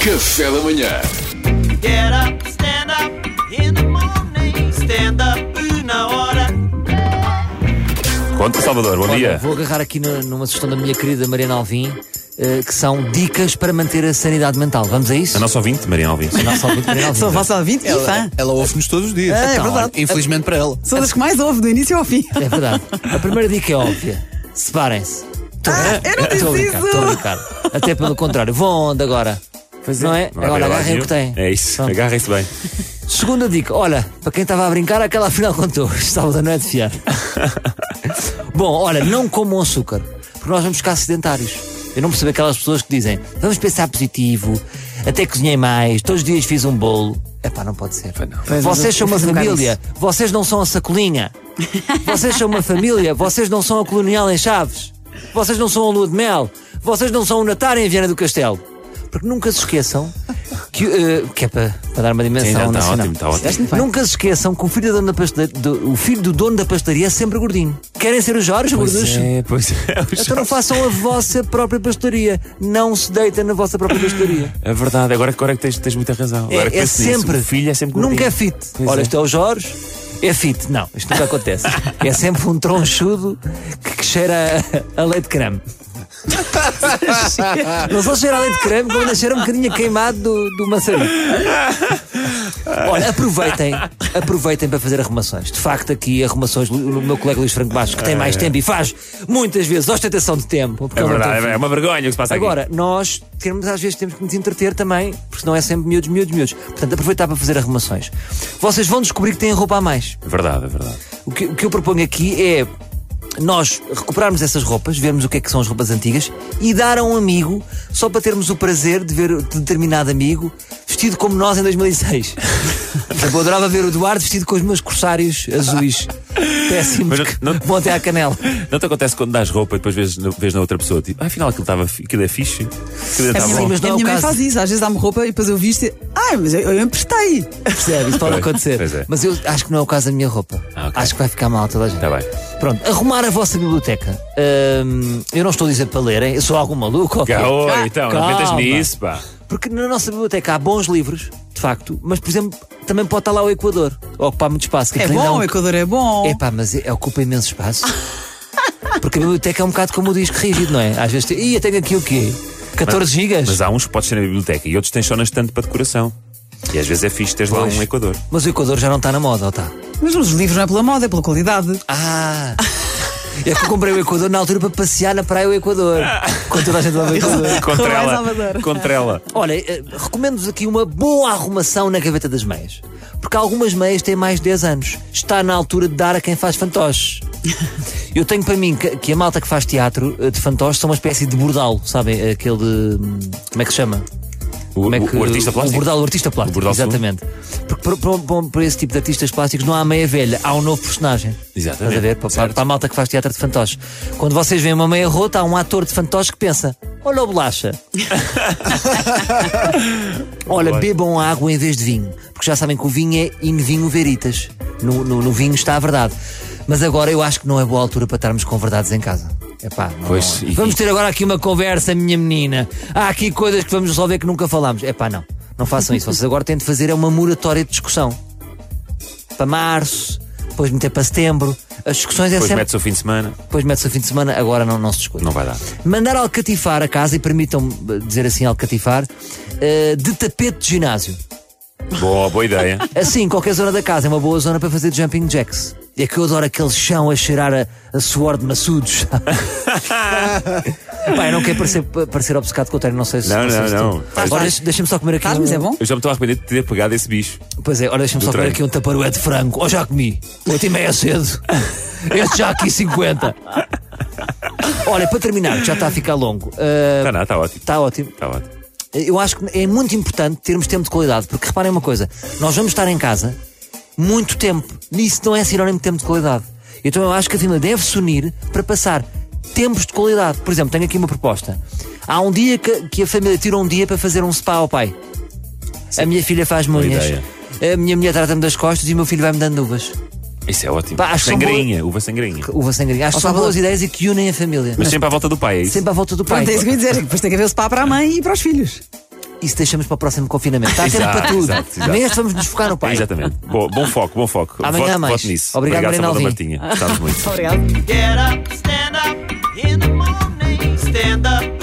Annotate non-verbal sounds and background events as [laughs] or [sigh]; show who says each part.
Speaker 1: Café da manhã.
Speaker 2: Get up, stand up in the morning. Stand up na hora.
Speaker 3: Conta, Salvador, bom
Speaker 4: Olha,
Speaker 3: dia.
Speaker 4: Vou agarrar aqui no- numa sugestão da minha querida Mariana Alvim, eh, que são dicas para manter a sanidade mental. Vamos a isso?
Speaker 3: A nossa ouvinte, Mariana Alvins.
Speaker 4: Nossa ouvinte Mariana Alvim.
Speaker 5: Sou a vossa ouvinte e fã.
Speaker 6: Ela ouve-nos todos os dias. Então,
Speaker 5: É, é verdade.
Speaker 6: Infelizmente para ela.
Speaker 5: Sou das que mais ouve, do início ao fim.
Speaker 4: É verdade. A primeira dica é óbvia. Separem-se. Tô-
Speaker 5: Ah, eu não
Speaker 4: Estou a
Speaker 5: disse
Speaker 4: brincar, estou a
Speaker 5: isso.
Speaker 4: brincar. Até pelo contrário. Vão onde agora? não é?
Speaker 3: Não há
Speaker 4: agora
Speaker 3: bem lá
Speaker 4: agarrem o
Speaker 3: nenhum.
Speaker 4: que têm.
Speaker 3: É isso,
Speaker 4: Pronto.
Speaker 3: agarrem-se bem.
Speaker 4: Segunda dica, olha, para quem estava a brincar, aquela afinal contou. [laughs] Sábado não é de fiar. Bom, olha, não comam açúcar, porque nós vamos ficar sedentários. Eu não percebo aquelas pessoas que dizem vamos pensar positivo, até cozinhei mais, todos os dias fiz um bolo. Epá, não pode ser.
Speaker 5: Pois,
Speaker 4: Vocês
Speaker 5: mas
Speaker 4: são
Speaker 5: eu
Speaker 4: uma
Speaker 5: fiz um bocado
Speaker 4: família, vocês não são a sacolinha. Vocês são uma família, vocês não são a colonial em Chaves. Vocês não são a lua de mel. Vocês não são o Natar em Viana do Castelo. Porque nunca se esqueçam que, eh, que é para, para dar uma dimensão
Speaker 3: Sim, não, tá
Speaker 4: nacional.
Speaker 3: ótimo, tá ótimo.
Speaker 5: Fizeste-me bem.
Speaker 4: Nunca se esqueçam que o filho, do dono da pastelaria, do, o filho do dono da pastelaria é sempre gordinho. Querem ser os Jorge, gorduchos?
Speaker 3: É, pois é. o
Speaker 4: Então não
Speaker 3: Jorge.
Speaker 4: façam a vossa própria pastelaria. Não se deitem na vossa própria pastelaria.
Speaker 3: É verdade, agora, agora é que tens, tens muita razão. Agora que
Speaker 4: É, é
Speaker 3: penso nisso,
Speaker 4: sempre.
Speaker 3: O filho é sempre
Speaker 4: Nunca
Speaker 3: gordinho.
Speaker 4: é fit.
Speaker 3: Pois
Speaker 4: Olha,
Speaker 3: é.
Speaker 4: este é o Jorge, é fit. Não, isto nunca acontece. é sempre um tronchudo que, que cheira a, a leite de
Speaker 3: [laughs]
Speaker 4: creme. não só cheira a leite de creme, como ainda cheira um bocadinho a queimado do, do maçarico. Olha, aproveitem, aproveitem para fazer arrumações. De facto, aqui arrumações, o meu colega Luís Franco Bastos, que tem mais tempo e faz muitas vezes ostentação de tempo. porque
Speaker 3: É
Speaker 4: ele não tem
Speaker 3: verdade,
Speaker 4: filho.
Speaker 3: é uma vergonha o que se passa aqui.
Speaker 4: Agora, nós temos, às vezes temos que nos entreter também, porque não é sempre miúdos, miúdos, miúdos. Portanto, aproveitar para fazer arrumações. Vocês vão descobrir que têm roupa a mais.
Speaker 3: É verdade, é verdade.
Speaker 4: O que, o que eu proponho aqui é nós recuperarmos essas roupas, vermos o que é que são as roupas antigas e dar a um amigo só para termos o prazer de ver determinado amigo vestido como nós em
Speaker 3: [laughs]
Speaker 4: 2006. Por exemplo, Eu adorava ver o Eduardo vestido com os meus corsários
Speaker 3: [laughs]
Speaker 4: azuis péssimos
Speaker 3: Mas
Speaker 4: que
Speaker 3: não-
Speaker 4: vão até à canela.
Speaker 3: Não te acontece quando dás roupa e depois vês, na- vês na outra pessoa, tipo, ah, afinal aquilo, tava, fi- aquilo é fixe? Aquilo ainda tá
Speaker 4: sim,
Speaker 3: bom.
Speaker 4: mas não é
Speaker 5: a
Speaker 4: o
Speaker 5: minha mãe
Speaker 4: caso.
Speaker 5: faz isso, às vezes dá-me roupa e depois eu visto e. Ai, mas eu, eu emprestei.
Speaker 4: Percebe? Isso pode
Speaker 3: Pois,
Speaker 4: acontecer.
Speaker 3: pois é.
Speaker 4: Mas eu acho que não é o caso da minha roupa.
Speaker 3: Ah, ok.
Speaker 4: Acho que vai ficar mal toda a gente.
Speaker 3: Tá bem.
Speaker 4: Pronto, arrumar a vossa biblioteca. Hum, eu não estou a dizer para lerem, eu sou algum maluco. ou quê?
Speaker 3: Caô, então, não metas
Speaker 4: Ah, calma.
Speaker 3: nisso, pá.
Speaker 4: Porque na nossa biblioteca há bons livros, de facto, mas por exemplo, também pode estar lá o Equador, a ocupar muito espaço. que
Speaker 5: É
Speaker 4: aquilo ainda
Speaker 5: bom, o
Speaker 4: um-
Speaker 5: Equador é bom.
Speaker 4: é pá, mas é- ocupa imenso espaço.
Speaker 5: [laughs]
Speaker 4: Porque a biblioteca é um bocado como o disco rígido, não é? Às vezes, tem- ih, eu tenho aqui o quê? 14 gigas?
Speaker 3: Mas há uns que podes ter na biblioteca e outros tens só na estante para decoração. E às vezes é fixe teres lá
Speaker 4: Pois.
Speaker 3: um
Speaker 4: [laughs]
Speaker 3: Equador.
Speaker 4: Mas o Equador já não está na moda, ou está?
Speaker 5: Mas os livros não é pela moda, é pela qualidade.
Speaker 4: Ah! É que eu comprei o Equador na altura para passear na praia o Equador. Quando toda a gente lá vai ao Equador.
Speaker 3: Contra
Speaker 5: Olá,
Speaker 3: ela.
Speaker 5: Salvador.
Speaker 3: Contra ela.
Speaker 4: Olha, eh, recomendo-vos aqui uma boa arrumação na gaveta das meias. Porque algumas meias têm mais de 10 anos. Está na altura de dar a quem faz fantoches. Eu tenho para mim que, que a malta que faz teatro eh, de fantoches são uma espécie de bordal, sabem? Aquele. hum, Como é que se chama?
Speaker 3: O,
Speaker 4: Como é
Speaker 3: o-
Speaker 4: que,
Speaker 3: o artista plástico.
Speaker 4: O bordal, o artista plástico.
Speaker 3: bordal segundo.
Speaker 4: exatamente. Porque para, para- para- para esse tipo de artistas plásticos não há meia velha, há um novo personagem.
Speaker 3: Exatamente.
Speaker 4: Estás a ver? Para, para-
Speaker 3: Certo.
Speaker 4: para a malta que faz teatro de fantoches. Quando vocês veem uma meia rota, há um ator de fantoches que pensa: olha o bolacha. olha, bebam água em vez de vinho. Porque já sabem que o vinho é in vinho veritas. No, no- no vinho está a verdade. Mas agora eu acho que não é boa altura para estarmos com verdades em casa. Epá, não,
Speaker 3: Pois,
Speaker 4: não é.
Speaker 3: e-
Speaker 4: Vamos ter agora aqui uma conversa, minha menina. Há aqui coisas que vamos resolver que nunca falámos. É pá, não. Não façam isso. Vocês agora têm de fazer é uma moratória de discussão. Para março, depois meter para setembro. As discussões é
Speaker 3: Depois
Speaker 4: sempre.
Speaker 3: metes o fim de semana,
Speaker 4: Depois mete-se o fim de semana, agora não, não se discute.
Speaker 3: não vai
Speaker 4: [laughs]
Speaker 3: dar.
Speaker 4: Mandar alcatifar a casa, e permitam-me eh, dizer assim alcatifar, eh, de tapete de ginásio.
Speaker 3: Boa, boa ideia.
Speaker 4: Assim, qualquer zona da casa é uma boa zona para fazer jumping jacks. É que eu adoro aquele chão a cheirar a, a suor de maçudos. [laughs] Pai, eu não quero parecer, parecer obcecado com o terno, não sei se.
Speaker 3: Não,
Speaker 4: sei
Speaker 3: não,
Speaker 4: se
Speaker 3: não.
Speaker 4: tu-
Speaker 3: Faz
Speaker 4: Ora,
Speaker 3: bem.
Speaker 4: deixa- deixa-me só comer aqui.
Speaker 5: Estás,
Speaker 4: um-
Speaker 5: mas é bom?
Speaker 3: Eu já me estou a arrepender de ter pegado esse bicho.
Speaker 4: Pois é, ora, deixa-me só comer
Speaker 3: trem.
Speaker 4: aqui um taparué de frango. Ou já comi. Oito e
Speaker 3: [laughs]
Speaker 4: meia cedo. Este já aqui 50. Olha, para terminar, que já está a ficar longo.
Speaker 3: Está nada, está Tá, ótimo.
Speaker 4: Está ótimo.
Speaker 3: Está ótimo.
Speaker 4: Eu acho que é muito importante termos tempo de qualidade, porque reparem uma coisa, nós vamos estar em casa muito tempo. Isso não é sinónimo de tempo de qualidade. Então eu acho que a família deve se unir para passar tempos de qualidade. Por exemplo, tenho aqui uma proposta. Há um dia que, que a família tira um dia para fazer um spa ao pai. a minha filha faz unhas,
Speaker 3: ideia.
Speaker 4: a minha mulher trata-me das costas e o meu filho vai-me dando uvas.
Speaker 3: Isso é ótimo.
Speaker 4: Pá, acho que são
Speaker 3: sangrinha, uva sangrinha.
Speaker 4: Uva sem gringa. Acho que são
Speaker 5: Salvador.
Speaker 4: boas ideias e que unem a família.
Speaker 3: Mas sempre à volta do pai, é isso?
Speaker 4: Sempre à volta do pai.
Speaker 5: Pronto, é isso que eu ia dizer. Depois tem que haver spa para a mãe e para os filhos.
Speaker 4: isso deixamos para o próximo confinamento. Está a tempo
Speaker 3: Exato,
Speaker 4: para tudo.
Speaker 3: exato, exato.
Speaker 4: Neste vamos nos focar no pai.
Speaker 3: Exatamente. Bom, bom foco, bom foco.
Speaker 4: Amanhã
Speaker 3: voto,
Speaker 4: há mais.
Speaker 3: voto nisso.
Speaker 4: Obrigado, Mariana
Speaker 3: Salvador
Speaker 4: Alvim.
Speaker 3: Martinha. Gostávamos muito.
Speaker 5: Obrigado.
Speaker 2: Get up, stand up in the morning, stand up